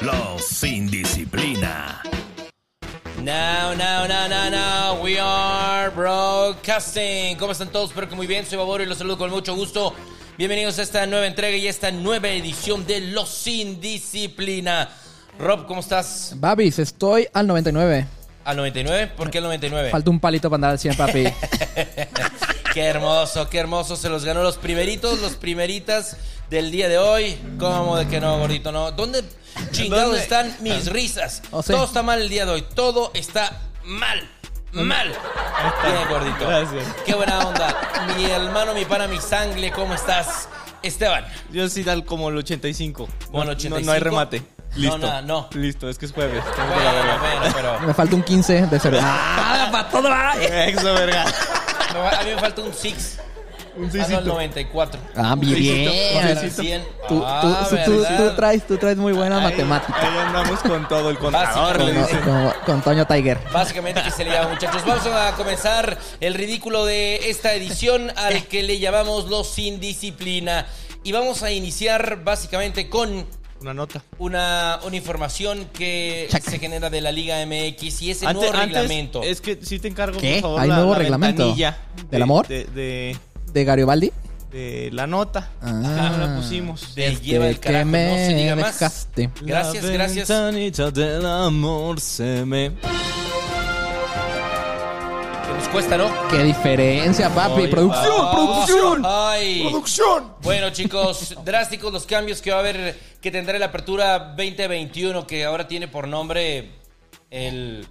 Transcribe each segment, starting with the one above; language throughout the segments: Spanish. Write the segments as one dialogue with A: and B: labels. A: Los sin disciplina.
B: No, no, no, no, no. We are broadcasting. ¿Cómo están todos? Espero que muy bien. Soy Baboro y los saludo con mucho gusto. Bienvenidos a esta nueva entrega y a esta nueva edición de Los Sin Disciplina. Rob, ¿cómo estás?
C: Babis, estoy al 99.
B: ¿Al 99? ¿Por qué al 99?
C: Falta un palito para andar al 100, papi.
B: Qué hermoso, qué hermoso. Se los ganó los primeritos, los primeritas del día de hoy. ¿Cómo de que no, gordito? No. ¿Dónde chingados
C: ¿Dónde?
B: están mis risas?
C: O sea.
B: Todo está mal el día de hoy. Todo está mal. Mal. Bien, gordito.
D: Gracias.
B: Qué buena onda. Mi hermano, mi pana, mi sangre, ¿cómo estás? Esteban.
D: Yo sí tal como el 85.
B: Como el
D: No-
B: 85.
D: No, no hay remate. Listo.
B: No, nada, no.
D: Listo, es que es jueves. Tengo que
B: Bueno,
D: la verga.
B: bueno, pero.
C: Me falta un 15 de Ah, cero.
B: para todo!
D: Eso, verga.
B: A mí me falta un six.
D: Un
B: Ah, no, el
D: seisito.
B: 94.
C: Ah, bien.
B: Para
C: bien.
B: el 100.
C: Tú, tú,
B: Ah,
C: tú- tú-
B: ¿verdad?
C: tú traes, tú traes muy buena
D: Ahí-
C: matemática.
D: Ahí andamos con todo el contador.
B: Básico,
D: le
C: Como-
B: ¿no?
D: dicen.
C: como- con Toño Tiger.
B: Básicamente que se le llama, muchachos. Vamos a comenzar el ridículo de esta edición al que le llamamos los sin disciplina. Y vamos a iniciar básicamente con
D: Una nota.
B: una, una información que se genera de la Liga MX y ese
D: Ante-
B: nuevo
D: antes,
B: reglamento.
D: es que sí te encargo,
C: ¿Qué?
D: por favor,
C: ¿Hay
D: la,
C: nuevo
D: la
C: reglamento?
D: ventanilla
C: ¿Del
D: de-
C: amor?
D: De, de-
C: ¿De Garibaldi?
D: de la nota.
C: Ah.
D: Ya la pusimos.
B: Te lleva el
C: que
B: carajo, no
C: me
B: se diga más.
C: dejaste.
B: Gracias,
D: La
B: gracias.
D: ventanita del amor se me...
B: Que nos cuesta, ¿no?
C: ¡Qué diferencia, papi!
D: Oye,
C: ¡Producción,
B: Ah,
C: producción!
B: ¡Ay! Bueno, chicos, drásticos los cambios que va a haber, que tendrá la apertura 2021, que ahora tiene por nombre el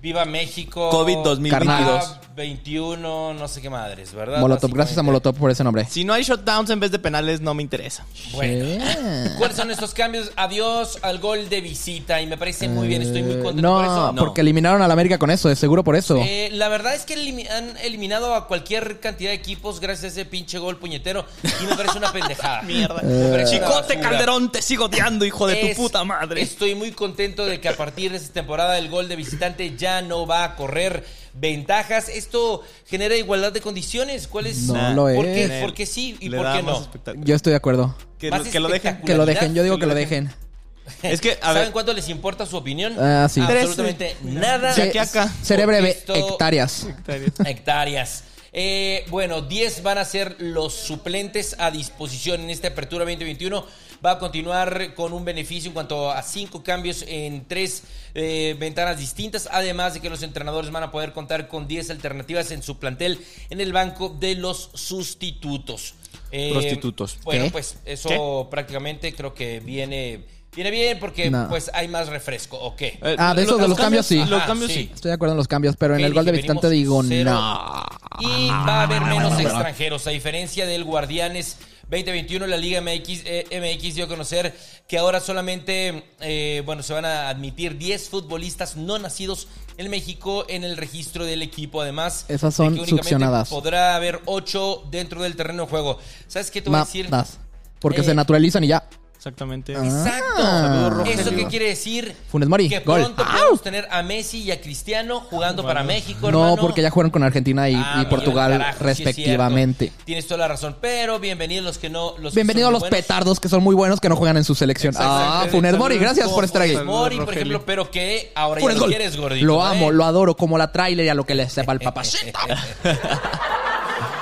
B: Viva México.
D: COVID-2022.
B: Viva 21, no sé qué madres, ¿verdad?
C: Molotov, gracias a Molotov por ese nombre.
D: Si no hay shutdowns en vez de penales, no me interesa.
B: Bueno.
C: Yeah.
B: ¿Cuáles son estos cambios? Adiós al gol de visita. Y me parece muy bien, estoy muy contento
C: no,
B: por eso.
D: No.
C: porque eliminaron a la América con eso, de seguro por eso.
B: Eh, la verdad es que elimi- han eliminado a cualquier cantidad de equipos gracias a ese pinche gol puñetero. Y me parece una pendejada.
D: Mierda.
B: Me parece una
D: Chicote
B: basura.
D: Calderón, te sigo odiando, hijo de
B: Es-
D: tu puta madre.
B: Estoy muy contento de que a partir de esta temporada el gol de visitante ya no va a correr ventajas. Esto genera igualdad de condiciones. ¿Cuál es?
C: No
D: Nah.
C: lo
B: ¿Por
C: es.
B: qué? ¿Por qué sí y
D: Le
B: por
D: da
B: qué
D: más
B: no?
D: espectáculo.
C: Yo estoy de acuerdo.
D: Que,
B: Más
D: lo- que lo dejen.
B: espectacular.
C: Que lo dejen, yo digo que lo
B: Popularidad,
C: dejen.
D: Es que, a ver,
B: ¿Cuánto les importa su opinión?
C: Ah, sí.
B: Absolutamente nada.
D: De
C: Se-
D: aquí a acá.
C: Seré
B: Porque
C: breve,
B: esto-
C: hectáreas.
B: hectáreas. Eh, bueno, 10 van a ser los suplentes a disposición en esta apertura 2021. Va a continuar con un beneficio en cuanto a cinco cambios en tres eh, ventanas distintas, además de que los entrenadores van a poder contar con 10 alternativas en su plantel en el banco de los sustitutos. Eh,
D: Prostitutos.
B: Bueno,
C: ¿Qué?
B: pues eso
D: ¿Qué?
B: prácticamente creo que viene, viene bien porque
C: No.
B: pues hay más refresco, ¿o qué?
D: Eh,
C: Ah, de eso, de los cambios, sí.
D: Los
B: Ajá,
D: cambios
B: sí.
D: sí.
C: Estoy de acuerdo en los cambios, pero en el gol de visitante digo
B: Venimos cero.
C: no.
D: Ah,
B: Y va a haber menos extranjeros. A diferencia del Guardianes 2021, la Liga MX, eh, MX dio a conocer que ahora solamente, eh, bueno, se van a admitir 10 futbolistas no nacidos en México en el registro del equipo. Además,
C: Esas
B: de
C: son
B: que únicamente
C: succionadas.
B: Podrá haber 8 dentro del terreno de juego. ¿Sabes qué te voy a
C: Ma-
B: decir?
C: das. Porque
B: Eh,
C: se naturalizan y ya.
D: Exactamente.
B: Exacto.
C: Saludos,
B: ¿Eso qué quiere decir?
C: Ah. Funes Mori,
B: Que
C: gol.
B: pronto
C: ¡Au!
B: podemos tener a Messi y a Cristiano jugando para México,
C: No,
B: hermano.
C: porque ya jugaron con Argentina y,
B: Ah,
C: y
B: me
C: Portugal
B: lleva el carajo, sí es
C: respectivamente.
B: cierto. Tienes toda la razón, pero bienvenidos los que no. Los que
C: Bienvenido a
B: son
C: los
B: muy buenos.
C: petardos que son muy buenos que no juegan en su selección. Ah,
D: Exactamente.
C: Funes Mori, gracias por estar aquí.
B: Funes Mori, por
D: Rogelio.
B: ejemplo, pero que ahora ya
C: Funes
B: lo
C: Gol.
B: quieres, gordito.
C: Lo amo,
B: ¿eh?
C: lo adoro, como la trailer y a lo que le sepa el papacito.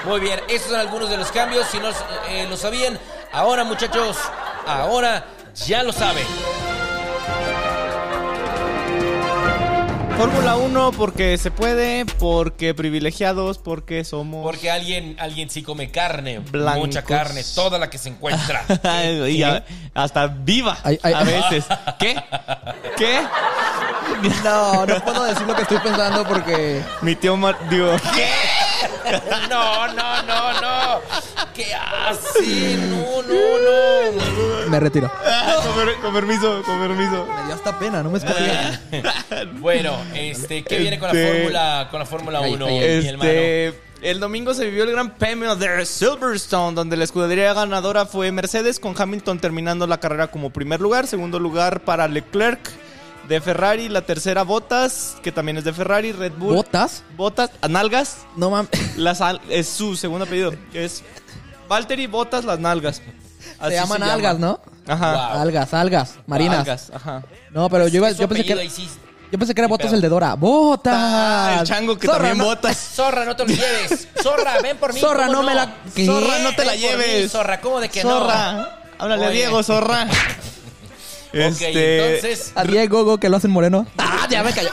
B: Muy bien, esos son algunos de los cambios. Si no eh, lo sabían, ahora, muchachos, ahora ya lo saben.
D: Fórmula 1 porque se puede, porque privilegiados, porque somos...
B: Porque alguien, alguien sí come carne,
D: Blancos.
B: mucha carne, toda la que se encuentra.
D: Ay, y a- hasta viva
C: Ay, ay.
D: a veces. ¿Qué? ¿Qué?
C: No, no puedo decir lo que estoy pensando porque.
D: Mi tío Mar... Digo,
B: No, no, no, no. ¿Qué así? No, no, no.
C: Me retiro.
D: con, per- con permiso, con permiso.
C: Me dio hasta pena, no me
B: Eh,
C: escondía.
B: Bueno, este, ¿qué viene con la
D: Este-
B: fórmula con la Fórmula
C: Ay,
B: 1,
C: ay,
B: mi
C: ay.
B: hermano?
D: Este, el domingo se vivió el gran premio de Silverstone, donde la escudería ganadora fue Mercedes, con Hamilton terminando la carrera como primer lugar, segundo lugar para Leclerc de Ferrari, la tercera Botas, que también es de Ferrari, Red Bull.
C: ¿Botas?
D: Botas, Nalgas,
C: No mames.
D: las al- es su segundo apellido, es Valtteri Botas, las Nalgas. Así
C: se llaman
D: llama.
C: algas, ¿no?
D: Ajá.
B: Wow.
C: Algas, algas, marinas.
D: Algas, ajá.
C: No, pero yo, iba-
B: Es
C: yo
B: su
C: pensé que
B: apellido,
C: era,
B: ahí sí.
C: yo pensé que era
B: Ni
C: Botas
B: pedo.
C: el de Dora. ¡Botas!
D: Ah, el chango que
C: Zorra,
D: también
C: no-
D: botas.
B: Zorra, no te lo lleves. Zorra, ven por mí.
C: Zorra,
B: ¿cómo
C: no me la- ¿Qué?
D: Zorra, no te la
B: Ven por mí,
D: lleves.
B: zorra, ¿cómo de que no?
D: Zorra. Háblale a
B: Oye.
D: Diego, zorra. Este,
B: Ok, entonces.
C: A Diego Gogo que lo hacen moreno. ¡Ah, ya me cayó!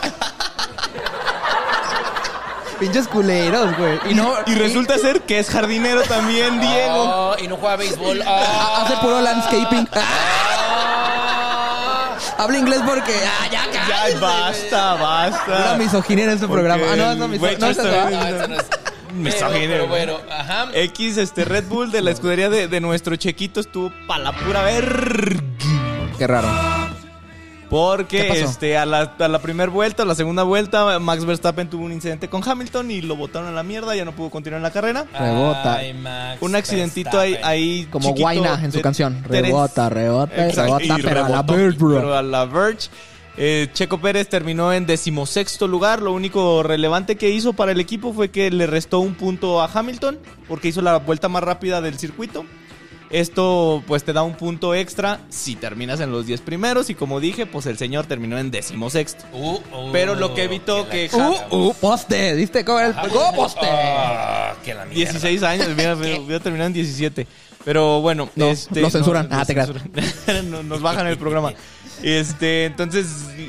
C: Pinches culeros, güey.
D: Y, y resulta ser que es jardinero también, Diego.
B: Oh, y no juega béisbol.
C: Ah,
B: Ah,
C: Hace puro landscaping. Ah,
B: ah.
C: Habla inglés porque. ¡Ah, ya
D: Ya,
C: cállense,
D: basta,
C: güey. Pura
D: basta.
C: misoginia en este programa. Ah, no, es no,
D: Ah. Güey,
C: miso- no, es
D: esto
C: eso,
D: es-
C: ¿ah?
B: Ah, eso no es.
D: Me
B: Pero,
D: está bien,
B: pero
D: ¿no?
B: bueno, ajá.
C: Eh,
D: X, este Red Bull de la escudería de, de nuestro Chequito estuvo pa' la pura ver.
C: Qué raro. ¿Qué
D: Porque
C: pasó?
D: este, a la, a la primera vuelta, a la segunda vuelta, Max Verstappen tuvo un incidente con Hamilton y lo botaron a la mierda, ya no pudo continuar en la carrera.
C: Rebota.
B: Ay, Max
D: Un accidentito ahí,
B: Verstappen.
D: ahí
C: Como
D: chiquito,
C: Guayna en su
D: de
C: canción.
D: tres-
C: Rebota, rebota,
D: Exacto,
C: rebota,
D: y
C: pero a la
D: rebotó,
C: Bird,
D: pero
C: bro.
D: a la Verge. Eh, Checo Pérez terminó en decimosexto lugar. Lo único relevante que hizo para el equipo fue que le restó un punto a Hamilton porque hizo la vuelta más rápida del circuito. Esto pues te da un punto extra si terminas en los 10 primeros y como dije pues el señor terminó en decimosexto.
B: Uh, uh,
D: Pero lo que evitó que
B: la-
C: Uh, uh, poste. ¿Viste cómo era el ¡Oh, poste?
B: Ah, que la mierda.
D: 16 años, mira, mira, voy a terminar en 17. Pero bueno,
C: No,
D: este,
C: lo censuran. Ah, te creas.
D: censuran. No, nos bajan el programa. Este, entonces,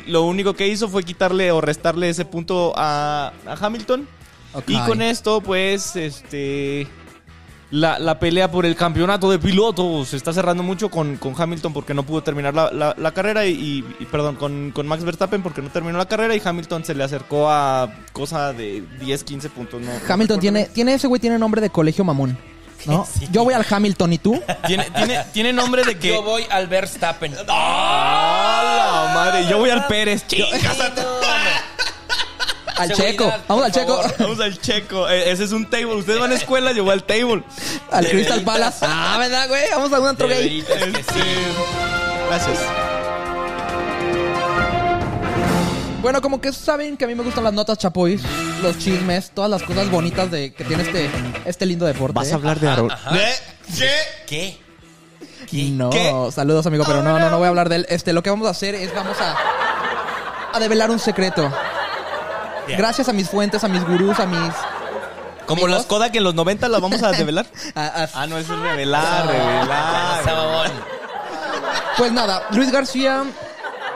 D: lo único que hizo fue quitarle o restarle ese punto a, a Hamilton.
C: Ok.
D: Y con esto, pues, este. La, la pelea por el campeonato de pilotos se está cerrando mucho con, con Hamilton porque no pudo terminar la, la- la carrera y, y- perdón, con, con Max Verstappen porque no terminó la carrera y Hamilton se le acercó a cosa de 10, 15 puntos. no- no recuerdo
C: Hamilton tiene,
D: bien.
C: tiene ese güey tiene nombre de colegio mamón. ¿No?
B: Sí.
C: Yo voy al Hamilton y tú.
D: Tiene, tiene, tiene nombre de que.
B: Yo voy al Verstappen.
D: ¡Ah, la madre! Yo voy al Pérez.
B: Sí,
D: Chingas a tu-
B: no, hombre.
C: Al
B: Seguridad,
C: Checo.
B: por
C: Vamos al Checo.
B: favor.
D: Vamos al checo. Eh, ese es un table. Ustedes van a escuela, yo voy al table.
C: Al Crystal Palace. Ah, ¿verdad, güey? Vamos a un antro
B: De
C: gay.
B: veritas que sí.
D: Este, Gracias.
C: Bueno, como que saben que a mí me gustan las notas chapois, los chismes, todas las cosas bonitas de que tiene este, este lindo deporte. ¿eh?
D: hablar de Aaron.
B: ¿Qué?
C: No,
D: ¿Qué?
C: saludos amigo, pero no, no, no voy a hablar de él. Este, lo que vamos a hacer es vamos a, a develar un secreto.
B: Ya.
C: Gracias a mis fuentes, a mis gurús, a mis...
D: Como las
C: ¿Amigos?
D: Kodak en los 90 las vamos a develar.
C: a- a-
D: Ah, no, eso es revelar, revelar.
B: Está mamón.
C: Pues nada, Luis García...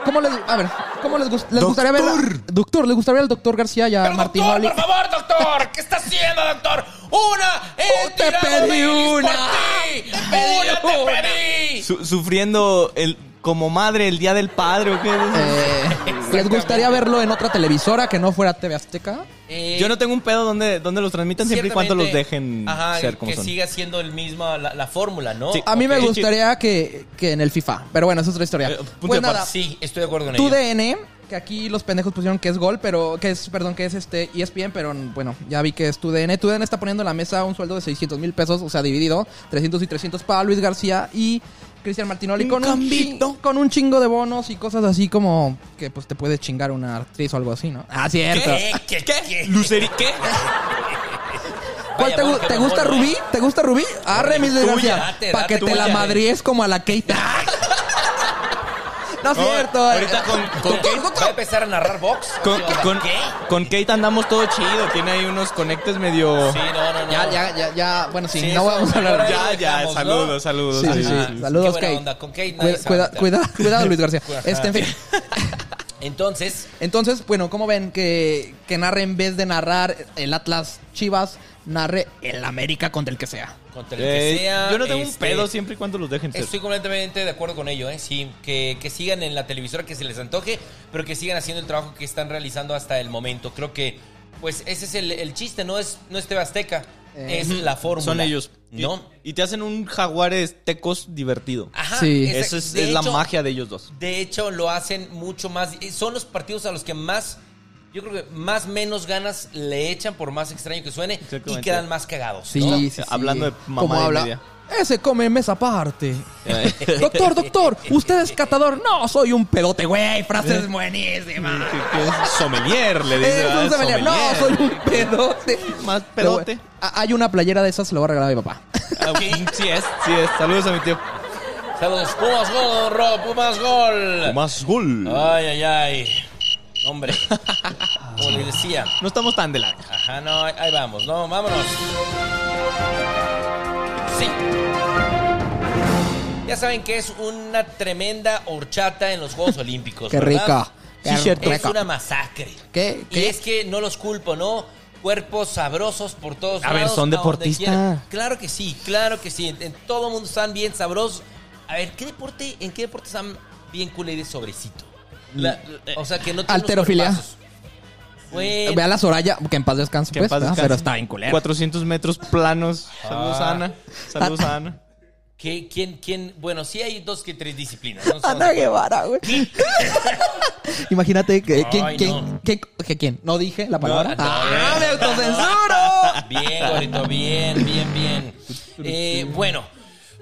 C: ¿Cómo les... A ver, ¿cómo les, gust- les gustaría ver... Doctor, ¿les gustaría ver al doctor García y a
B: Pero
C: Martín
B: doctor,
C: Oli?
B: por favor, doctor, ¿qué está haciendo, doctor? Una, he
C: Te
B: tirado
C: pedí
B: miles por
C: una.
B: ti.
C: Te pedí
B: una, te
C: una.
B: pedí.
D: Su- sufriendo el, como madre el día del padre o qué.
C: Eh, ¿Les gustaría verlo en otra televisora que no fuera TV Azteca?
B: Eh,
D: yo no tengo un pedo donde, donde los transmitan siempre y cuando los
B: ciertamente,
D: dejen
B: ajá,
D: ser como
B: que
D: son.
B: siga siendo el mismo, la, la fórmula, ¿no?
D: Sí.
C: A mí
D: Ok.
C: me gustaría que, que en el FIFA, pero bueno, esa es otra historia.
D: Eh, punto
C: pues
D: de
C: nada,
B: Sí, estoy de acuerdo con
C: tu
B: ello.
C: DN, que aquí los pendejos pusieron que es gol, pero que es, perdón, que es este ESPN, pero bueno, ya vi que es tu DN. Tu DN está poniendo en la mesa un sueldo de 600 mil pesos, o sea, dividido, 300 y 300 para Luis García y Cristian Martinoli
D: Un
C: con un, chi-
D: cambito.
C: con un chingo de bonos y cosas así como que pues te puede chingar una actriz o algo así, ¿no? Ah, cierto.
B: ¿Qué? ¿Qué? ¿Qué?
D: Luceri, ¿qué?
C: ¿Cuál
B: Vaya,
C: te, gu-
B: Borja
C: te gusta
B: Mamón,
C: Rubí? ¿Te gusta Rubí? Arre, mis Luis
D: Tuya,
C: García.
B: date,
C: Para
B: date,
C: que te la
B: tuya,
C: madries como a la Keita. no es
D: No,
C: cierto. eh.
D: ahorita con-
C: Doctor,
D: con Keita-
B: ¿Va a
C: doctor.
B: empezar a narrar box?
D: Con,
B: ¿Qué?
D: con,
B: ¿Qué?
D: con Kate andamos todo chido. Tiene ahí unos conectes medio.
B: Sí, no, no, no.
C: Ya, ya, ya, ya. Bueno, sí,
B: Sí,
C: no
B: eso
C: vamos a hablar de
B: mejor
D: Ya,
B: ahí lo
D: ya,
B: dejamos,
D: saludos,
B: ¿no?
D: saludos.
C: Sí, sí,
D: saludos. Eh,
C: sí.
B: sí. Qué
C: Saludos,
B: buena
C: Kate.
B: onda, con Kate nadie
C: Cuida-
B: se
C: cuida-
B: va a meter.
C: cuida- cuidado, Luis García.
B: Ajá.
C: Este, en fin.
B: Entonces,
C: Entonces, bueno, ¿cómo ven que, que narre en vez de narrar el Atlas Chivas, narre el América contra el que sea?
B: contra el
D: Eh,
B: que sea.
D: yo no tengo un
B: este,
D: pedo siempre y cuando los dejen ser.
B: Estoy completamente de acuerdo con ello, ¿eh? Sí, que, que sigan en la televisora que se les antoje, pero que sigan haciendo el trabajo que están realizando hasta el momento. Creo que, pues, ese es el, el chiste, no es, no es TV Azteca,
C: Eh,
B: es la fórmula.
D: Son ellos. Y-
B: ¿No?
D: Y, te hacen un jaguares tecos divertido.
B: Ajá.
C: Sí.
B: esa-
D: Eso es,
B: de
D: es la
B: hecho,
D: magia de ellos dos.
B: De hecho, lo hacen mucho más. eh, Son los partidos a los que más, yo creo que más menos ganas le echan, por más extraño que suene, y
D: Exactamente.
B: quedan más cagados.
C: Sí,
B: ¿no?
C: sí, sí.
D: Hablando de mamá
C: ¿Cómo
D: y
C: habla?
D: media.
C: Ese come mesa aparte. doctor, doctor, usted es catador. No, soy un pedote, güey. Frases buenísimas.
D: Sommelier, le dice.
C: Eh,
D: ¿verdad?
C: entonces, Amelia, no, soy
D: Sommelier.
C: un pedote.
D: Más
C: Pero,
D: pedote.
C: güey, a- hay una playera de esas, se la voy a regalar a mi papá.
D: Ah, Sí es, sí es. Saludos a mi tío.
B: Se los Pumas Gol, Rob, Pumas Gol.
D: Más gol.
B: Ay, ay, ay. Hombre. Como les decía.
D: No estamos tan de larga.
B: Ajá, no, ahí, ahí vamos, no, vámonos. Sí. Ya saben que es una tremenda horchata en los Juegos Olímpicos.
C: Qué
B: Pues, ¿verdad?
C: rica.
D: Sí, cierto.
B: Es una masacre.
C: ¿Qué?
B: Y
C: ¿Qué?
B: es que no los culpo, ¿no? Cuerpos sabrosos por todos
D: A ver,
B: lados,
D: son
B: a donde
D: deportistas.
B: quieran. Claro que sí, claro que sí. En, en todo mundo están bien sabrosos. A ver, ¿qué deporte, ¿en qué deporte están bien culé de sobrecito?
D: Mm.
B: La- eh, o sea, que no tienen unos
C: Halterofilia.
B: cuerpazos. Bueno,
C: Ve a la Soraya, que en paz descanse,
D: Que en
C: pues,
D: paz
C: ¿verdad?
D: descanse.
C: pero está bien culera.
D: 400 metros planos. Saludos
B: Ah.
D: a Ana. Saludos a Ana.
B: ¿Qué- quién, quién? Bueno, sí hay dos que tres disciplinas. ¿no?
C: Ana Guevara, güey. Imagínate que, ¿quién,
B: Ay,
C: quién,
B: no.
C: qué- que quién, no dije la palabra.
B: no,
C: ¡Ah,
B: no.
C: me autocensuro!
B: Bien, Gorito, bien, bien, bien. Eh, bueno,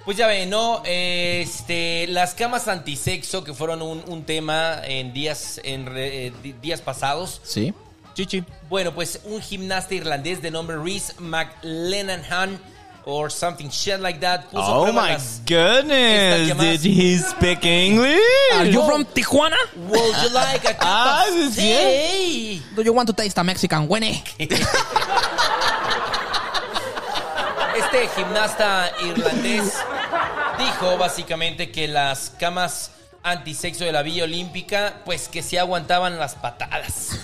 B: pues ya ven, ¿no? Este, las camas antisexo, que fueron un, un tema en días, en re- eh, di- días pasados.
C: Sí.
D: Chichi.
B: Bueno, pues un gimnasta irlandés de nombre Reese McLennan-Han, or something shit like that, puso a
D: Oh
B: prueba
D: my
B: las-
D: goodness.
B: Esta Ah, que
D: Did
B: más-
D: he speak English?
C: Are you from Tijuana?
B: Would you like a cup
D: Ah,
B: of
D: sí, sí.
B: tea?
C: Do you want to taste a Mexican Winnie?
B: Este gimnasta irlandés dijo básicamente que las camas antisexo de la Villa Olímpica, pues que se aguantaban las patadas.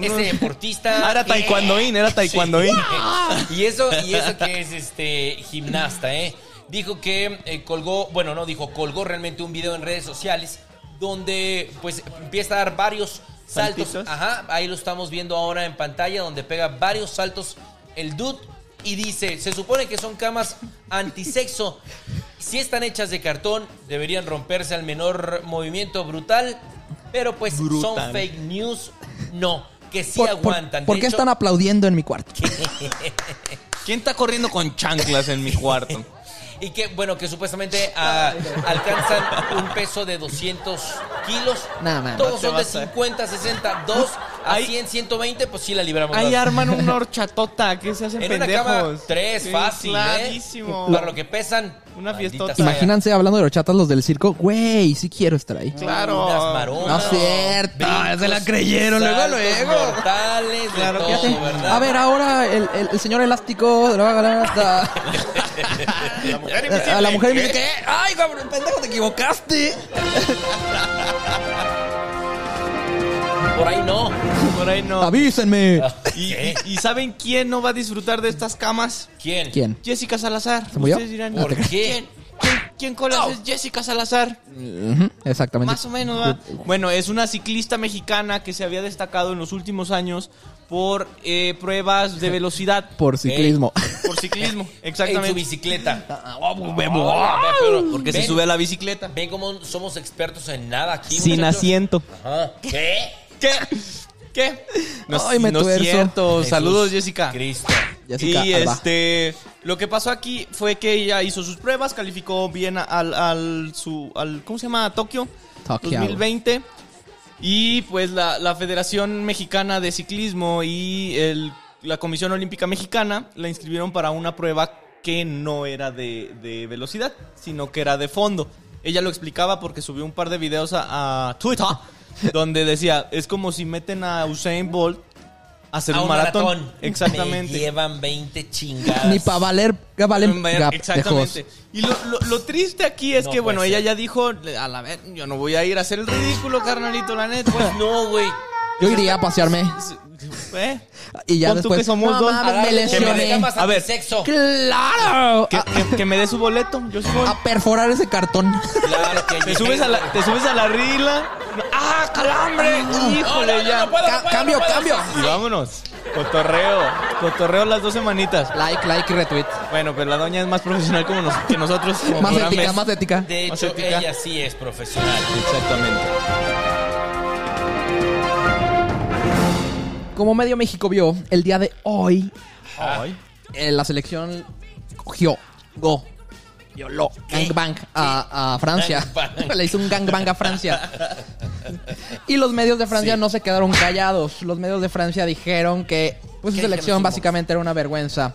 B: Este deportista.
D: Era taekwondoín, era taekwondoín.
B: Sí. Y eso, y eso que es este gimnasta, ¿eh? Dijo que eh, colgó, bueno, no dijo, colgó realmente un video en redes sociales donde pues empieza a dar varios saltos.
D: Saltitos.
B: Ajá, ahí lo estamos viendo ahora en pantalla donde pega varios saltos el dude y dice, se supone que son camas antisexo. Si están hechas de cartón, deberían romperse al menor movimiento brutal, pero pues son
D: Brutal.
B: fake news. No, que sí aguantan.
C: por
B: De
C: qué
B: hecho,
C: están aplaudiendo en mi cuarto?
D: ¿Quién está corriendo con chanclas en mi cuarto?
B: Y que, bueno, que supuestamente ah, alcanzan un peso de 200 kilos.
C: Nah, man.
B: Todos
D: No te
B: son de
D: vas a-
B: 50, 60, 2 a
D: Hay-
B: 100, 120, pues sí la libramos.
D: Ahí
B: ¿verdad?
D: arman una horchatota que se hacen
B: en una
D: pendejos.
B: cama, tres,
D: Sí,
B: fácil, ¿eh?
D: clarísimo.
B: Para lo que pesan.
D: Una
B: maldita
D: fiestota.
B: sea.
C: Imagínense hablando de los chatas, los del circo. Güey, sí quiero estar ahí.
D: Claro.
B: Unas maromas.
C: No es cierto, Ah, se la creyeron, luego,
B: saltos
C: luego.
B: mortales, de
D: Claro que
B: todo,
D: sí.
B: ¿verdad?
C: A ver, ahora el, el- el señor elástico le va a ganar hasta- a la mujer invisible. ¿Qué? ¡Ay, cabrón, pendejo, te equivocaste!
B: Por ahí no.
D: Por ahí no.
C: ¡Avísenme!
D: ¿Y,
B: ¿Qué?
D: y- y saben quién no va a disfrutar de estas camas?
B: ¿Quién?
C: ¿Quién?
D: Jessica Salazar.
C: ¿Se murió?
D: Ustedes dirán,
C: No
B: ¿Por
C: te
B: qué?
C: creas.
D: ¿Quién? ¿Quién, quién colas es Jessica Salazar?
C: Ujú, exactamente.
D: Más o menos, ¿va? Bueno, es una ciclista mexicana que se había destacado en los últimos años por eh, pruebas de velocidad.
C: Por ciclismo.
D: Por ciclismo,
B: En su
D: exactamente.
B: bicicleta. Ah,
D: Porque
B: Ven,
D: se sube a la bicicleta.
B: Ven cómo somos expertos en nada aquí.
D: Sin
B: muchachos.
D: asiento.
B: Ajá. ¿Qué?
D: ¿Qué? ¿Qué?
C: Ay, me
D: no es
C: tuerzo.
D: cierto.
B: Jesús
D: Saludos, Jessica.
B: Cristo.
C: Jessica
D: y
C: Alba.
D: este, lo que pasó aquí fue que ella hizo sus pruebas, calificó bien al, al, su, al ¿cómo se llama? A Tokio,
C: Tokio.
D: 2020. Y pues la, la Federación Mexicana de Ciclismo y el- la Comisión Olímpica Mexicana la inscribieron para una prueba que no era de, de velocidad, sino que era de fondo. Ella lo explicaba porque subió un par de videos a, a Twitter donde decía, es como si meten a Usain Bolt a hacer
B: A
D: un,
B: un
D: maratón.
B: Me
D: Exactamente.
B: llevan 20 chingadas.
C: Ni para valer, que valen
D: Ver,
C: gap
D: Exactamente.
C: de
D: Y lo, lo- lo triste aquí es
B: No
D: que, bueno,
B: puede
D: ella
B: ser.
D: ya dijo, a la ver, yo no voy a ir a hacer el ridículo, carnalito, la neta. Pues,
B: No, güey.
C: Yo iría a pasearme.
D: ¿eh?
C: Y ya
D: Pon tú
C: después.
D: que somos
C: no,
D: dos.
C: mames, Ah, me
B: Agárrate, que me
C: lesioné.
B: llamas
D: A ver.
B: antisexo.
C: ¡Claro!
D: Que,
C: A,
D: que- que me dé su boleto, yo sí voy.
C: a perforar ese cartón.
B: Claro que
D: Te subes a la, te subes a la rila. No- ¡Ah, calambre! ¡Híjole,
B: no, no,
D: ya!
B: no puedo,
C: Ca-
B: no puedo,
C: cambio,
B: no puedo.
C: cambio.
D: Y vámonos. Cotorreo. Cotorreo las dos semanitas.
C: Like, like y retweet.
D: Bueno, pero la doña es más profesional como nos- que nosotros. como
C: Más
D: programas.
C: ética, más ética.
B: De
D: Más
B: hecho,
D: ética.
B: ella sí es profesional.
D: Exactamente.
C: Como medio México vio, el día de hoy
D: Ay.
C: eh, la selección cogió, go,
B: Violó.
C: gangbang a, a Francia.
B: Gangbang.
C: Le hizo un gangbang a Francia. Y los medios de Francia
B: Sí.
C: no se quedaron callados. Los medios de Francia dijeron que
B: ¿Qué
C: pues, su
B: dijeron los
C: selección
B: humos?
C: básicamente era una vergüenza.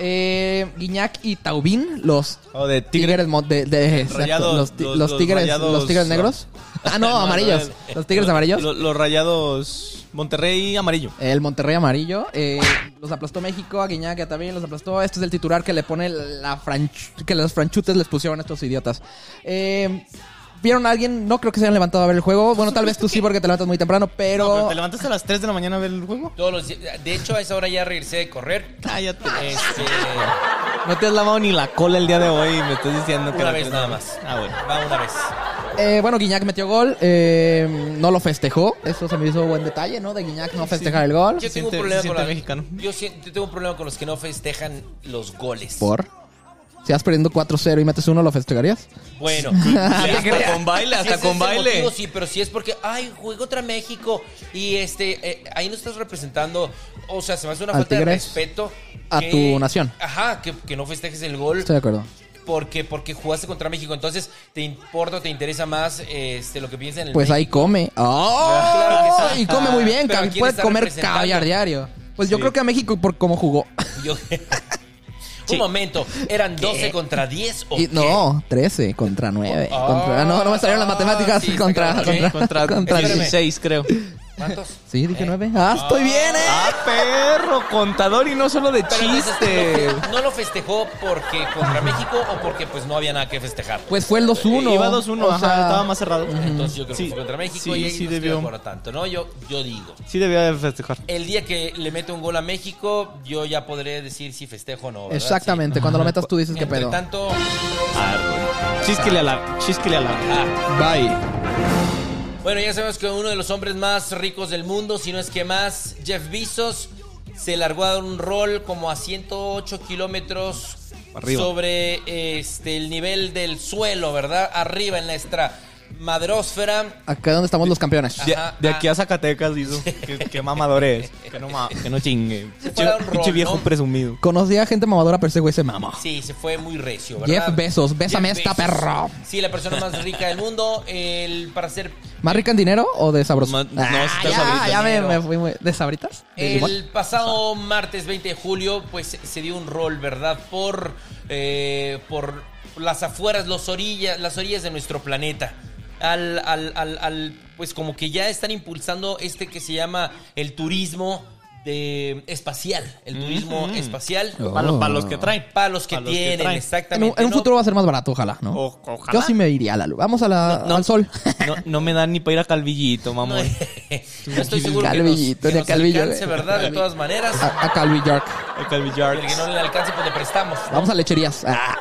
C: eh, Guiñac y Taubín, los
D: O de Tigre.
C: tigres mo- de, de- exacto,
D: rayados,
C: los, ti-
D: los-
C: los
D: los
C: tigres
D: rayados,
C: los tigres negros. Ah, no, amarillos.
D: no,
C: Los tigres
D: lo-
C: amarillos.
D: lo- los rayados Monterrey amarillo.
C: El Monterrey amarillo. eh, los aplastó México, a Guiñac que también los aplastó. Este es el titular que le pone la franch- que los franchutes les pusieron a estos idiotas. Eh, ¿Vieron a alguien? No creo que se hayan levantado a ver el juego. Bueno, tal vez tú sí porque te levantas muy temprano, pero...
D: Pero ¿Te levantaste a las 3 de la mañana a ver el juego?
B: Todos los di- de hecho, a esa hora ya regresé de correr.
D: Cállate.
B: Este,
D: No te has lavado ni la cola el día de hoy y me estás diciendo que...
B: Una
D: la
B: vez
D: tienes-
B: nada más.
D: Ah, bueno.
B: va una vez.
C: Eh, bueno, Guiñac metió gol. eh, no lo festejó. Eso se me hizo buen detalle, ¿no? De Guiñac no festejar el gol.
B: Yo
D: siente-
B: tengo un
D: se
B: problema con
D: siente
B: la-
D: mexicano.
B: Yo si- yo tengo un problema con los que no festejan los goles.
C: Por. Si vas perdiendo 4-0 y metes uno, ¿lo festejarías?
B: Bueno,
E: Hasta con baile,
B: Si
E: hasta
B: es
E: con
B: ese
E: baile.
B: motivo, sí, pero si es porque, ay, juego contra México y este, eh, ahí no estás representando, o sea, se me hace una
C: Al
B: falta de
C: Tigres,
B: respeto.
C: a tu nación.
B: Ajá, que, que no festejes el gol
C: Estoy de acuerdo.
B: porque porque jugaste contra México. Entonces, ¿te importa o te interesa más este, lo que piensan en el
C: Pues ahí
B: México?
C: come. ¡Oh!
B: Claro que sí.
C: Y come muy bien.
B: Pero ¿a
C: ca-
B: quién
C: Puede
B: está
C: comer
B: representando?
C: caviar diario. Pues yo
D: Sí.
C: creo que a México por cómo jugó.
B: Yo- Un momento, ¿eran 12 contra 10 o
C: Y-
B: qué?
C: no, 13 contra 9. contra, no, no me salieron las
B: ah,
C: matemáticas.
B: sí,
C: contra,
B: sacaron,
C: contra,
B: ok,
C: contra,
B: espérame.
E: 16, creo.
B: ¿Cuántos? Eh,
C: Sí, dije 9. ¡Ah, estoy bien, eh!
D: Ah, perro, contador y no solo de
B: Pero entonces,
D: chiste.
B: ¿no- ¿No lo festejó porque contra México o porque pues no había nada que festejar?
C: Pues fue el 2-1.
D: Iba 2-1,
C: O
D: ajá,
C: sea,
D: estaba más cerrado.
B: Entonces yo creo
D: Sí,
B: que fue contra México
D: sí,
B: y ahí no
D: sí
B: estoy
D: debió.
B: de acuerdo tanto, ¿no? Yo, yo digo.
D: Sí debía de festejar.
B: El día que le mete un gol a México, yo ya podré decir si festejo o no. ¿verdad?
C: Exactamente, cuando lo metas tú
B: Sí.
C: dices que
B: Entre
C: pedo.
B: tanto,
D: Chisquile a la... Chisquile a la...
B: ah,
C: Bye.
B: bueno, ya sabemos que uno de los hombres más ricos del mundo, si no es que más, Jeff Bezos, se largó a dar un rol como a 108 kilómetros
D: Arriba.
B: sobre este, el nivel del suelo, ¿verdad? Arriba en nuestra madrósfera.
C: Acá donde estamos los campeones.
D: De,
B: Ajá,
D: de aquí
B: ah.
D: a Zacatecas, hizo. qué, qué mamador es. Que no, ma- que no chingue.
B: fuera un
D: Pinche
B: rol,
D: viejo
B: ¿no?
D: presumido.
C: Conocí a gente mamadora, pero ese güey se mama.
B: Sí, se fue muy recio, ¿verdad?
C: Jeff Bezos, bésame
B: Jeff
C: esta
B: Bezos.
C: perro.
B: Sí, la persona más rica del mundo. El, para ser
C: ¿Más rica en dinero o de sabroso? Ah,
D: Ma- no, está
C: ya,
D: sabrito.
C: ya me, me fui muy- ¿De sabritas? ¿De limón?
B: El pasado martes 20 de julio, pues se dio un rol, ¿verdad? Por, eh, por las afueras, los orillas, las orillas de nuestro planeta. Al, al, al, al- pues como que ya están impulsando este que se llama el turismo de espacial, el turismo espacial.
C: Oh.
D: Para, los, pa' los que traen.
B: Para los que
D: Pa' los que
B: tienen,
C: En
D: traen.
C: un,
B: exactamente.
C: en un
B: ¿no?
C: futuro va a ser más barato, ojalá, ¿no?
D: O- ojalá.
C: Yo sí me iría a la luz. Vamos a la,
D: No,
C: al sol.
D: No, no me dan ni para ir a Calvillito,
B: No, eh,
D: mamón.
B: no estoy seguro que nos, que
C: Calvillito, ni a
B: nos
C: Calvillo, Ah.
B: alcance,
C: güey.
B: ¿verdad? De todas maneras.
C: A, a Calvi York.
D: A Calvi
B: El que no le alcance, pues le prestamos.
C: Vamos a lecherías. Ah.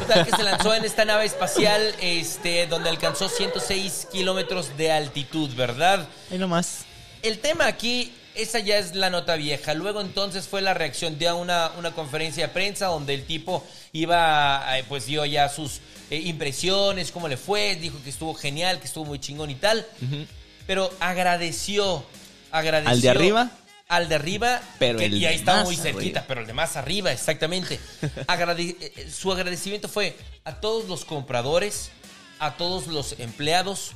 B: Total, que se lanzó en esta nave espacial, este, donde alcanzó 106 kilómetros de altitud, ¿verdad?
D: Ahí nomás.
B: El tema aquí, esa ya es la nota vieja. Luego entonces fue la reacción de una, una conferencia de prensa donde el tipo iba, eh, pues dio ya sus eh, impresiones, cómo le fue, dijo que estuvo genial, que estuvo muy chingón y tal. Pero agradeció, agradeció.
D: ¿Al de arriba?
B: Al de arriba,
E: Pero
B: que
E: el
B: ya
E: de
B: está
E: más
B: muy cerquita,
E: arriba.
B: pero el de más arriba, exactamente. Agrade- eh, eh, su agradecimiento fue a todos los compradores, a todos los empleados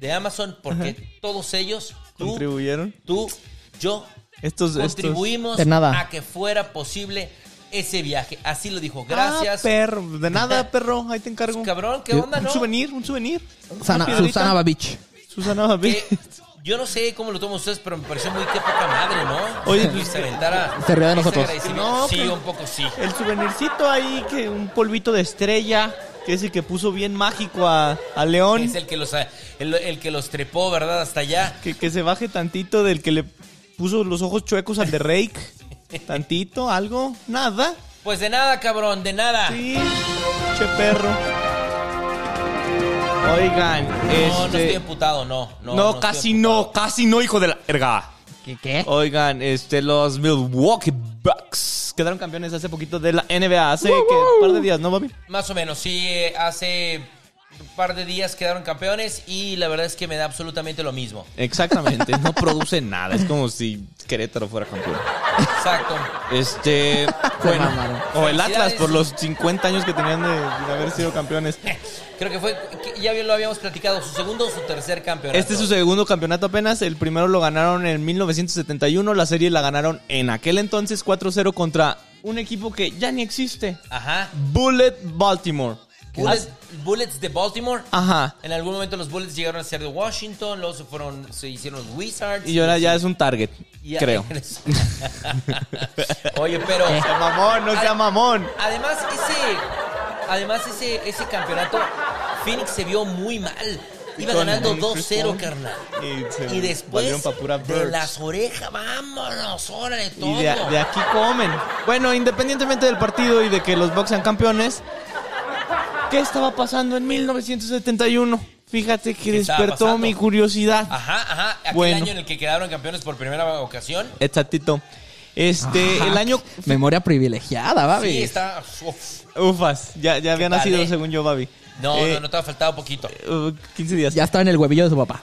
B: de Amazon, porque todos ellos, tú,
D: ¿Contribuyeron?
B: tú, yo,
D: Estos, estos.
B: contribuimos
C: De nada.
B: a que fuera posible ese viaje. Así lo dijo. Gracias.
D: Ah, perro. De nada, perro. Ahí te encargo.
B: Cabrón, ¿qué
C: Yo-
B: onda,
D: Un
B: no?
D: souvenir, un souvenir.
C: Sana-
D: Una piedrita.
C: Susana Babich.
D: Susana Babi.
B: Que- yo no sé cómo lo toman ustedes, pero me pareció muy qué poca madre, ¿no?
D: Oye,
B: Que
D: pues,
B: se aventara.
C: se rió de
B: ese
C: nosotros.
B: agradecimiento.
D: No,
B: sí,
D: pero-
B: un poco sí.
D: El souvenircito ahí, que un polvito de estrella. Que es el que puso bien mágico a, a León.
B: Es el que los el, el que los trepó, ¿verdad? Hasta allá.
D: Que, que se baje tantito del que le puso los ojos chuecos al de Rake. Tantito, algo, nada.
B: Pues de nada, cabrón, de nada.
D: Sí, che perro. Oigan,
B: no, no estoy
D: este.
B: emputado, no. No,
D: No,
B: no
D: casi
B: estoy
D: no,
B: emputado.
D: casi no, hijo de la verga.
C: ¿Qué? qué?
D: Oigan, este, los Milwaukee Bucks quedaron campeones hace poquito de la NBA. Hace que un par de días, ¿no, papi?
B: Más o menos, sí, eh, hace un par de días quedaron campeones y la verdad es que me da absolutamente lo mismo.
D: Exactamente, no produce nada. Es como si Querétaro fuera campeón.
B: Exacto.
D: Este, bueno,
C: mamaron.
D: o el Atlas por los 50 años que tenían de, de haber sido campeones.
B: Creo que fue. ¿qué, ya bien lo habíamos platicado, su segundo o su tercer campeonato.
D: Este es su segundo campeonato apenas. El primero lo ganaron en 1971. La serie la ganaron en aquel entonces 4-0 contra un equipo que ya ni existe.
B: Ajá.
D: Bullet Baltimore.
B: Bullets, Bullets de Baltimore.
D: Ajá.
B: En algún momento los Bullets llegaron a ser de Washington, luego se fueron, se hicieron los Wizards.
D: Y ahora ya es un target,
B: Y-
D: creo. Eh.
B: Oye, pero
D: Sea mamón, no sea mamón.
B: además ese, además ese, ese campeonato, Phoenix se vio muy mal. Iba
D: con
B: ganando
D: un Chris
B: 2-0,
D: Paul.
B: carnal.
D: Y se
B: Y
D: valieron
B: después
D: pa' pura
B: de
D: Birds.
B: las orejas, vámonos, órale todo.
D: Y de, de aquí comen. Bueno, independientemente del partido y de que los Bucks sean campeones, ¿qué estaba pasando en 1971? Fíjate que
B: ¿Qué estaba
D: despertó
B: pasando? Ah.
D: mi curiosidad.
B: Ajá, ajá. Aquel
D: Bueno.
B: año en el que quedaron campeones por primera ocasión.
D: Exactito. Este,
C: Ajá.
D: el año.
C: Memoria privilegiada, baby.
B: Sí, está. uf.
D: Ufas, ya, ya había
B: tal,
D: nacido,
B: eh?
D: según yo, Babi.
B: No,
D: Eh,
B: no, no te ha faltado poquito.
D: uh, 15 días.
C: Ya estaba en el huevillo de su papá.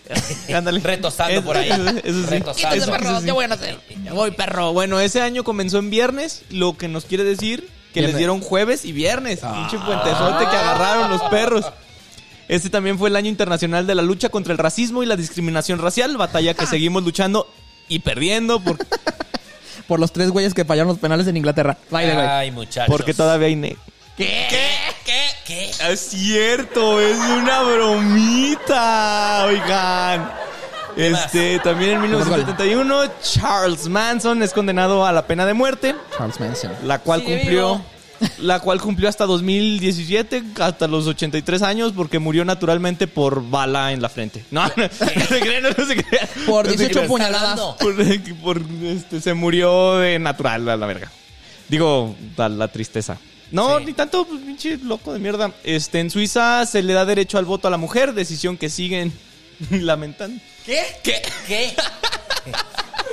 D: Ándale.
B: Retostando
D: Eso-
B: por ahí.
D: Eso, eso sí.
B: Retostando.
D: Eso- eso sí.
C: voy a hacer?
D: Voy, perro. Bueno, ese año comenzó en viernes, lo que nos quiere decir que
C: Viernes.
D: les dieron jueves y viernes. Pinche puentezote que agarraron los perros. Este también fue el año internacional de la lucha contra el racismo y la discriminación racial, batalla que seguimos luchando y perdiendo por-
C: Por los tres güeyes que fallaron los penales en Inglaterra. By the way.
B: Ay, muchachos.
D: porque todavía hay... ne-
C: ¿Qué?
B: ¿Qué? ¿Qué?
D: Es cierto, es una bromita, oigan. Este, también en 1971, Charles Manson es condenado a la pena de muerte.
C: Charles Manson.
D: la cual
B: Sigue
D: cumplió
B: vivo.
D: la cual cumplió hasta 2017 hasta los 83 años porque murió naturalmente por bala en la frente no no, no se crean, no, no se crean.
C: Por
D: No se
C: 18
D: crean.
C: puñaladas.
B: hablando?
D: Por- por, este, se murió de natural a la verga digo a la tristeza no,
B: Sí.
D: ni tanto, pues, pinche loco de mierda. Este, en Suiza se le da derecho al voto a la mujer, decisión que siguen lamentando.
B: ¿Qué? ¿Qué? ¿Qué?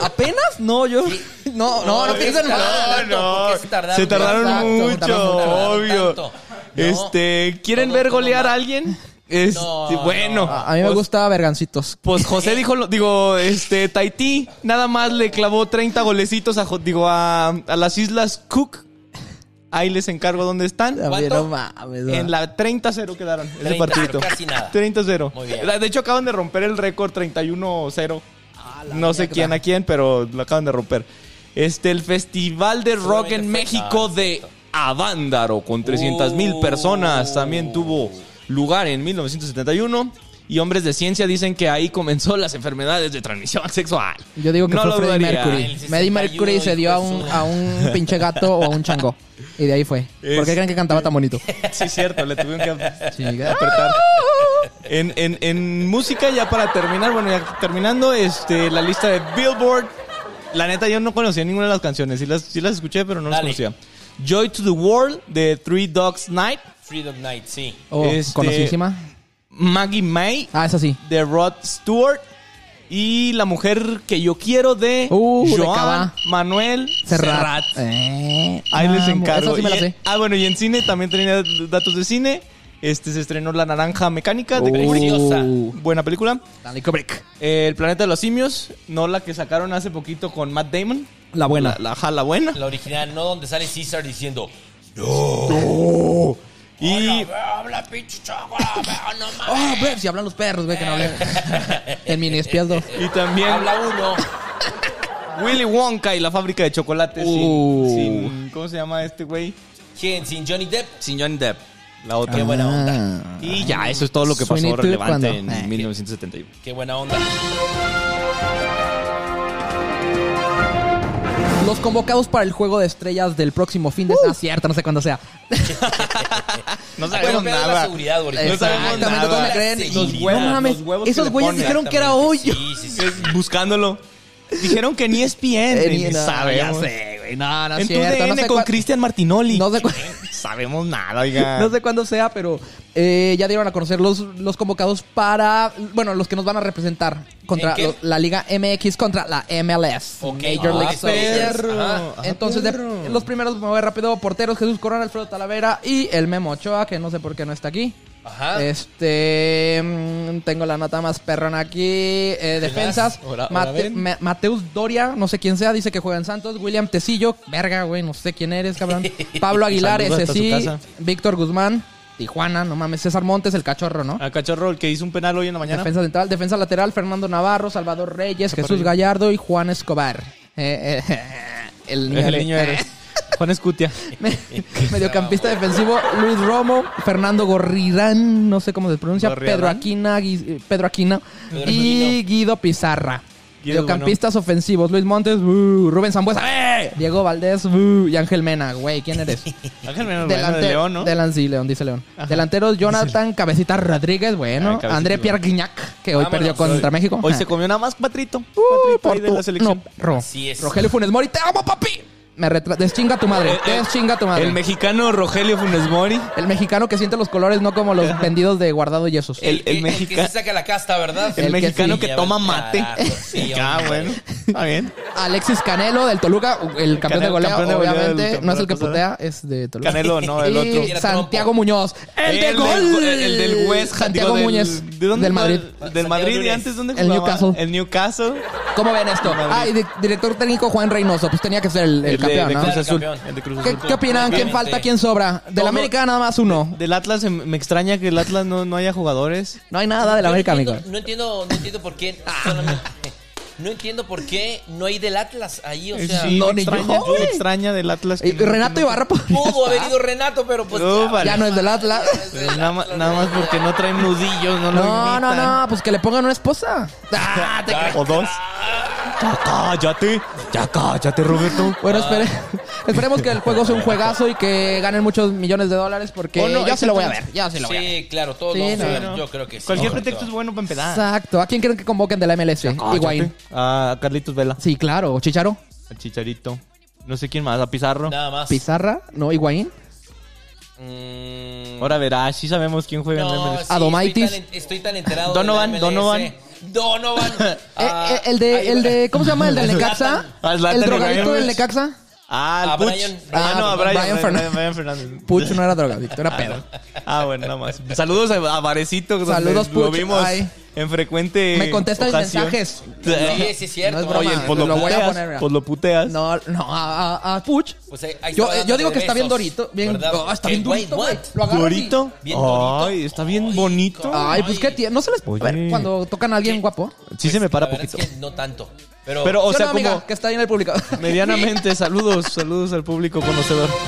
C: ¿Apenas? No, yo. No, no, no
D: No,
C: piensen
B: Ah, no,
C: mal.
B: no. ¿Por qué se tardaron?
D: Se tardaron
C: Exacto,
D: mucho,
C: se tardaron mucho.
D: obvio.
B: Tanto. No.
D: Este, ¿quieren
B: Todo-
D: ver
B: todo
D: golear a
B: mal.
D: alguien? Este,
B: No,
D: bueno.
B: no.
C: A a mí me
D: pues-
C: gustaba Vergancitos.
D: Pues José dijo, lo- digo, este, Tahití nada más le clavó 30 golecitos a, jo- digo, a, a las Islas Cook. Ahí les encargo dónde están.
C: A mí
B: ¿Cuánto?
C: no mames. no.
D: En la 30-0 quedaron ese
B: 30-0,
D: partidito.
B: casi nada.
D: 30-0.
B: Muy bien.
D: La- De hecho, acaban de romper el récord 31-0.
C: Ah, la
D: No sé
C: mierda.
D: quién a quién, pero lo acaban de romper. Este, el Festival de Rock en
B: Seguramente fue-
D: México
B: Ah,
D: de Avándaro, con 300 mil
C: Oh.
B: Uh.
D: personas, también tuvo lugar en 1971. Y hombres de ciencia dicen que ahí comenzó las enfermedades de transmisión sexual.
C: Yo digo que
D: No
C: fue
D: lo
C: Freddie
D: dudaría.
B: El
C: Mercury.
B: 61
C: Freddie Mercury
B: hijo
C: se dio
B: de
C: a un,
B: su-
C: a un pinche gato o a un chango. Y de ahí fue. ¿Por
D: Es-
C: qué creen que cantaba tan bonito?
D: Sí, cierto, le tuvieron que
C: Chinga.
D: apretar. En, en- en música, ya para terminar, bueno, ya terminando, este, la lista de Billboard. La neta, yo no conocía ninguna de las canciones. Sí las, sí las escuché, pero no las
B: Dale.
D: conocía. Joy to the World, de Three Dogs Night.
B: Freedom Night, sí.
C: Oh,
D: Este-
C: conocidísima.
D: Maggie May,
C: Ah, esa sí.
D: de Rod Stewart. Y La Mujer que yo quiero, de
C: Uh, de
D: Joan
C: Cabá.
D: Manuel
C: Serrat.
D: Serrat.
C: Eh,
D: Ahí les
C: amo. Esa
D: encargo.
C: sí me
D: Y-
C: la sé.
D: ah, bueno, y en cine también tenía datos de cine. Este se estrenó La Naranja Mecánica de
C: Uh.
D: Kubrick.
B: Preciosa.
D: Buena película.
C: Stanley Kubrick.
D: Eh, el planeta de los simios, no la que sacaron hace poquito con Matt Damon.
C: La buena.
D: La, la, ajá, la buena.
B: La original, no donde sale César diciendo.
D: Y
B: Habla, pinche choco, no mames.
C: Oh, bref, si hablan los perros, güey, que no hablen. en mini espías dos.
D: Y también-
B: Habla uno.
D: Willy Wonka y la fábrica de chocolates. sin-
C: Uh.
D: sin- ¿Cómo se llama este güey? Ah.
B: ¿Quién? Sin Johnny Depp.
D: Sin Johnny Depp. La otra.
B: Qué
C: Ah.
B: buena onda.
D: Y ya, eso es todo lo que pasó
C: Sweeney Todd
D: relevante
C: cuando-
D: en
C: Eh.
D: 1971.
B: Qué buena onda.
C: Los convocados para el juego de estrellas del próximo
D: Uh.
C: fin de semana. cierto, no sé cuándo sea.
D: No
B: Bueno, pero la seguridad, ahorita.
D: No sabemos
C: Exactamente,
D: nada.
C: todos me
B: La
C: creen.
B: seguridad,
C: Los
D: huevos,
C: no mames,
D: los huevos que
C: esos
D: le
C: güeyes
D: ponen.
C: dijeron que era hoy.
B: Sí, sí, sí.
D: Buscándolo. Dijeron que E ni ESPN,
C: Eh,
D: ni,
C: ni- no,
D: sabemos.
C: ya sé, güey. No, no es
D: en tu
C: cierto. no
D: DN
C: sé
D: con
C: cuál-
D: Cristian Martinoli.
C: No sé cuál-
D: sabemos nada, oiga.
C: No sé cuándo sea, pero eh, ya dieron a conocer los, los convocados para, bueno, los que nos van a representar
B: ¿En
C: contra
B: qué?
C: lo- la Liga MX contra la MLS.
B: Ok.
C: Major League
B: Ah,
C: Soccer.
B: perro.
C: Ajá.
D: Ah,
C: Entonces, de-
D: perro.
C: los primeros, me voy rápido, porteros, Jesús Corona, Alfredo Talavera y el Memo Ochoa, que no sé por qué no está aquí.
D: Ah.
B: Ajá.
C: Este, mm, tengo la nota más perrona aquí. eh, defensas.
D: más? Ahora- ahora
C: Mate-
D: ven.
C: Ma- Mateus Doria, no sé quién sea, dice que juega en Santos. William Tecillo, verga, güey, no sé quién eres, cabrón. Pablo Aguilar,
D: Saludos
C: ese
D: hasta su
C: sí.
D: casa.
C: Víctor Guzmán. Tijuana, no mames, César Montes, el cachorro, ¿no?
D: A Cachorro, el que hizo un penal hoy en la Ah, mañana.
C: Defensa central, defensa lateral, Fernando Navarro, Salvador Reyes, Jesús
D: Reyes.
C: Gallardo y Juan Escobar. Eh, eh, el niño,
D: El
C: de-
D: niño eres. Juan Escutia.
C: Me- Mediocampista defensivo, Luis Romo, Fernando Gorrirán, no sé cómo se pronuncia,
D: Gorriarán.
C: Pedro Aquina, Gui- eh, Pedro Aquino
B: Pedro
C: y Guido Pizarra.
D: Guido es
C: Mediocampistas ofensivos, Luis Montes, uh, Rubén Zambuesa, ¡eh! Diego Valdés uh, y Ángel Mena, güey, ¿quién eres?
D: Ángel Moreno
C: Delante-
D: de León, ¿no?
C: Delan- sí, León, dice León.
D: Ajá.
C: Delanteros, Jonathan Cabecita Rodríguez,
D: Ah,
C: bueno.
D: Cabecita,
C: André Pierre Guignac, que hoy
B: Vámonos,
C: perdió contra
B: hoy-
C: México.
D: Hoy
C: Ah.
D: se comió nada más Patrito.
C: Uy,
D: Patrito
C: por
D: ahí de la
C: tu-
D: selección.
C: no, Ro.
B: Así es.
C: Rogelio Funes Mori, te amo, papi. Me retra- Deschinga tu madre, deschinga Eh, tu madre.
D: Eh, El mexicano Rogelio Funes Mori.
C: El mexicano que siente los colores, no como los vendidos de guardado y esos.
D: El-
B: que-
D: el
B: que
D: mexica-
B: se saca la casta, ¿verdad?
D: El,
C: El que
D: mexicano
C: sí.
D: que,
B: Ya
D: toma
B: ves,
D: mate.
B: carajo, sí,
D: ah,
B: hombre.
D: bueno. Está bien.
C: Alexis Canelo del Toluca, el campeón de
D: Canelo,
C: goleo,
D: campeón de goleo
C: obviamente.
D: del
C: no es el que
D: temporada
C: putea, es de Toluca.
D: Canelo, no, el
C: y
D: otro.
B: Era
C: Santiago
B: trompo.
C: Muñoz, el, de
D: del-
C: gol.
D: El del West Ham. digo,
C: Santiago
D: del-
C: Muñoz,
D: ¿De dónde
C: del
D: jugaba?
C: Madrid.
D: Del
B: Santiago
D: Madrid. ¿Y
B: Núñez.
D: antes dónde
C: El
D: jugaba?
C: Newcastle.
D: El Newcastle.
C: ¿Cómo ven esto?
D: Madrid.
C: Ah, y di- director técnico Juan Reynoso, pues tenía que ser el, el
D: de-
C: campeón,
D: de
C: ¿no?
D: Cruz
B: Claro,
D: Azul.
B: campeón.
D: El de Cruz
C: ¿Qué,
D: Azul.
C: qué opinan? ¿Quién
B: Obviamente.
C: falta? ¿Quién sobra? Del
D: Todo-
C: América nada más uno.
D: Del Atlas se- me extraña que el Atlas no, no haya jugadores.
C: No hay nada del
B: Yo
C: América,
B: no
C: amigo. Ah.
B: entiendo- No entiendo, no entiendo por qué solamente- No entiendo por qué no hay del Atlas ahí, o sea...
D: Eh, Sí,
C: no,
D: me
C: ni yo,
D: extraña, me
C: güey.
D: extraña del Atlas. que
C: Y
D: no- que
C: Renato
D: no-
C: Ibarra podría
B: Pudo haber
C: estar.
B: ido Renato, pero pues...
D: No, vale.
C: Ya no es del Atlas.
D: Pero Nada, ma- nada más porque no traen nudillos, no lo
C: No, no,
D: imitan.
C: no, pues que le pongan una esposa. Ah, te
D: O dos. Ya cállate, ya cállate, Roberto.
C: Bueno, espere- esperemos que el juego sea un juegazo y que ganen muchos millones de dólares porque
D: Oh, no,
C: yo sí lo voy a
D: exactamente.
C: ver, ya sí lo voy a ver.
B: Sí, claro, todos
C: Sí,
B: vamos a
C: no,
B: ver,
D: no.
B: Yo creo que sí.
D: Cualquier
B: Correcto.
D: pretexto es bueno para empezar.
C: Exacto. ¿A quién creen que convoquen de la MLS? Higuaín.
D: Ah, A Carlitos Vela,
C: Sí, claro. ¿Chicharo?
D: a Chicharito. No sé quién más, a Pizarro.
B: Nada más.
C: ¿Pizarra? ¿No? ¿Higuaín?
B: Mm,
D: Ahora verás, sí sabemos quién juega en
B: No,
D: MLS.
B: sí,
C: Adomaitis.
B: Estoy tan, estoy tan enterado.
D: Donovan,
B: de la
D: Donovan.
B: Donovan. Ah,
C: Eh, eh, el de,
B: ahí
C: el
B: va.
C: de, ¿cómo se llama? El del
D: Al
C: Necaxa.
D: Zlatan. Al Zlatan
C: El drogadicto
D: Ibrahimovic.
C: del Necaxa.
D: Ah, el
B: A
D: Puch.
B: Brian-
D: ah, no, a
C: Ah,
D: Brian,
C: Brian Fernández.
D: Brian Fernández.
C: Puch no era drogadicto, era
D: Ah,
C: pedo.
D: no. Ah, bueno, nada más. Saludos a, a Varecito. donde
C: Saludos,
D: Lo
C: Puch.
D: vimos
C: Ay.
D: en frecuente.
C: Me contesta mis
D: ocasión.
C: mensajes.
B: Sí, sí, es cierto.
C: No es broma.
D: Oye, pues lo,
C: Lo voy a
D: puteas.
C: poner, mira.
D: pues lo puteas.
C: No, no, a, a- a Puch.
B: Pues ahí- ahí
C: yo, eh,
B: estaba
C: yo digo
B: dándole
C: que está bien
B: besos,
C: dorito. Bien,
B: ¿verdad?
C: Ah, está
B: Que,
C: bien
B: güey,
C: durito,
B: what?
C: güey. Lo agarras y-
D: ¿Dorito?
B: Bien dorito.
D: Ay, está
B: Ay,
D: bien bonito.
B: cabrón.
C: Ay, pues qué tiene. No se les.
D: Oye.
C: A ver, cuando tocan a alguien guapo.
D: Sí se me para
B: La verdad es
D: poquito.
B: que no tanto. Pero,
D: Pero, o
C: Yo
D: sea,
C: no,
D: como
C: amiga, que está ahí en el público.
D: medianamente, saludos, saludos al público conocedor.
E: got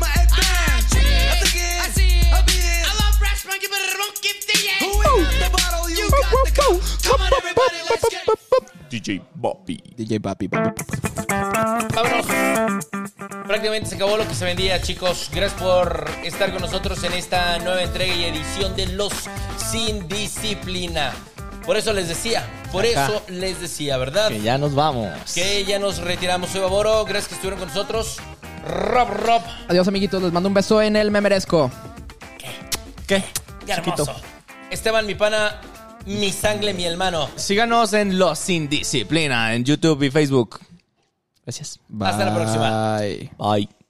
E: my advance. I think it is. I see it. I be it.
F: I love Rash Monkey, but it won't give the
E: Who ain't got the bottle? You got the cup. Come on, everybody, let's get.
A: DJ Bobby.
C: DJ Papi, papi.
B: vámonos. Prácticamente se acabó lo que se vendía, chicos. Gracias por estar con nosotros en esta nueva entrega y edición de Los Sin Disciplina. Por eso les decía, por
D: Ajá.
B: eso les decía, ¿verdad?
D: Que ya nos vamos.
B: Que ya nos retiramos. Soy Baboro, gracias que estuvieron con nosotros. Rob, Rob.
C: Adiós, amiguitos. Les mando un beso en el me merezco.
D: ¿Qué?
B: Qué hermoso. Esteban, mi pana, mi sangre, mi hermano.
D: Síganos en Los Sin Disciplina, en YouTube y Facebook. Gracias.
B: Hasta la próxima.
D: Bye.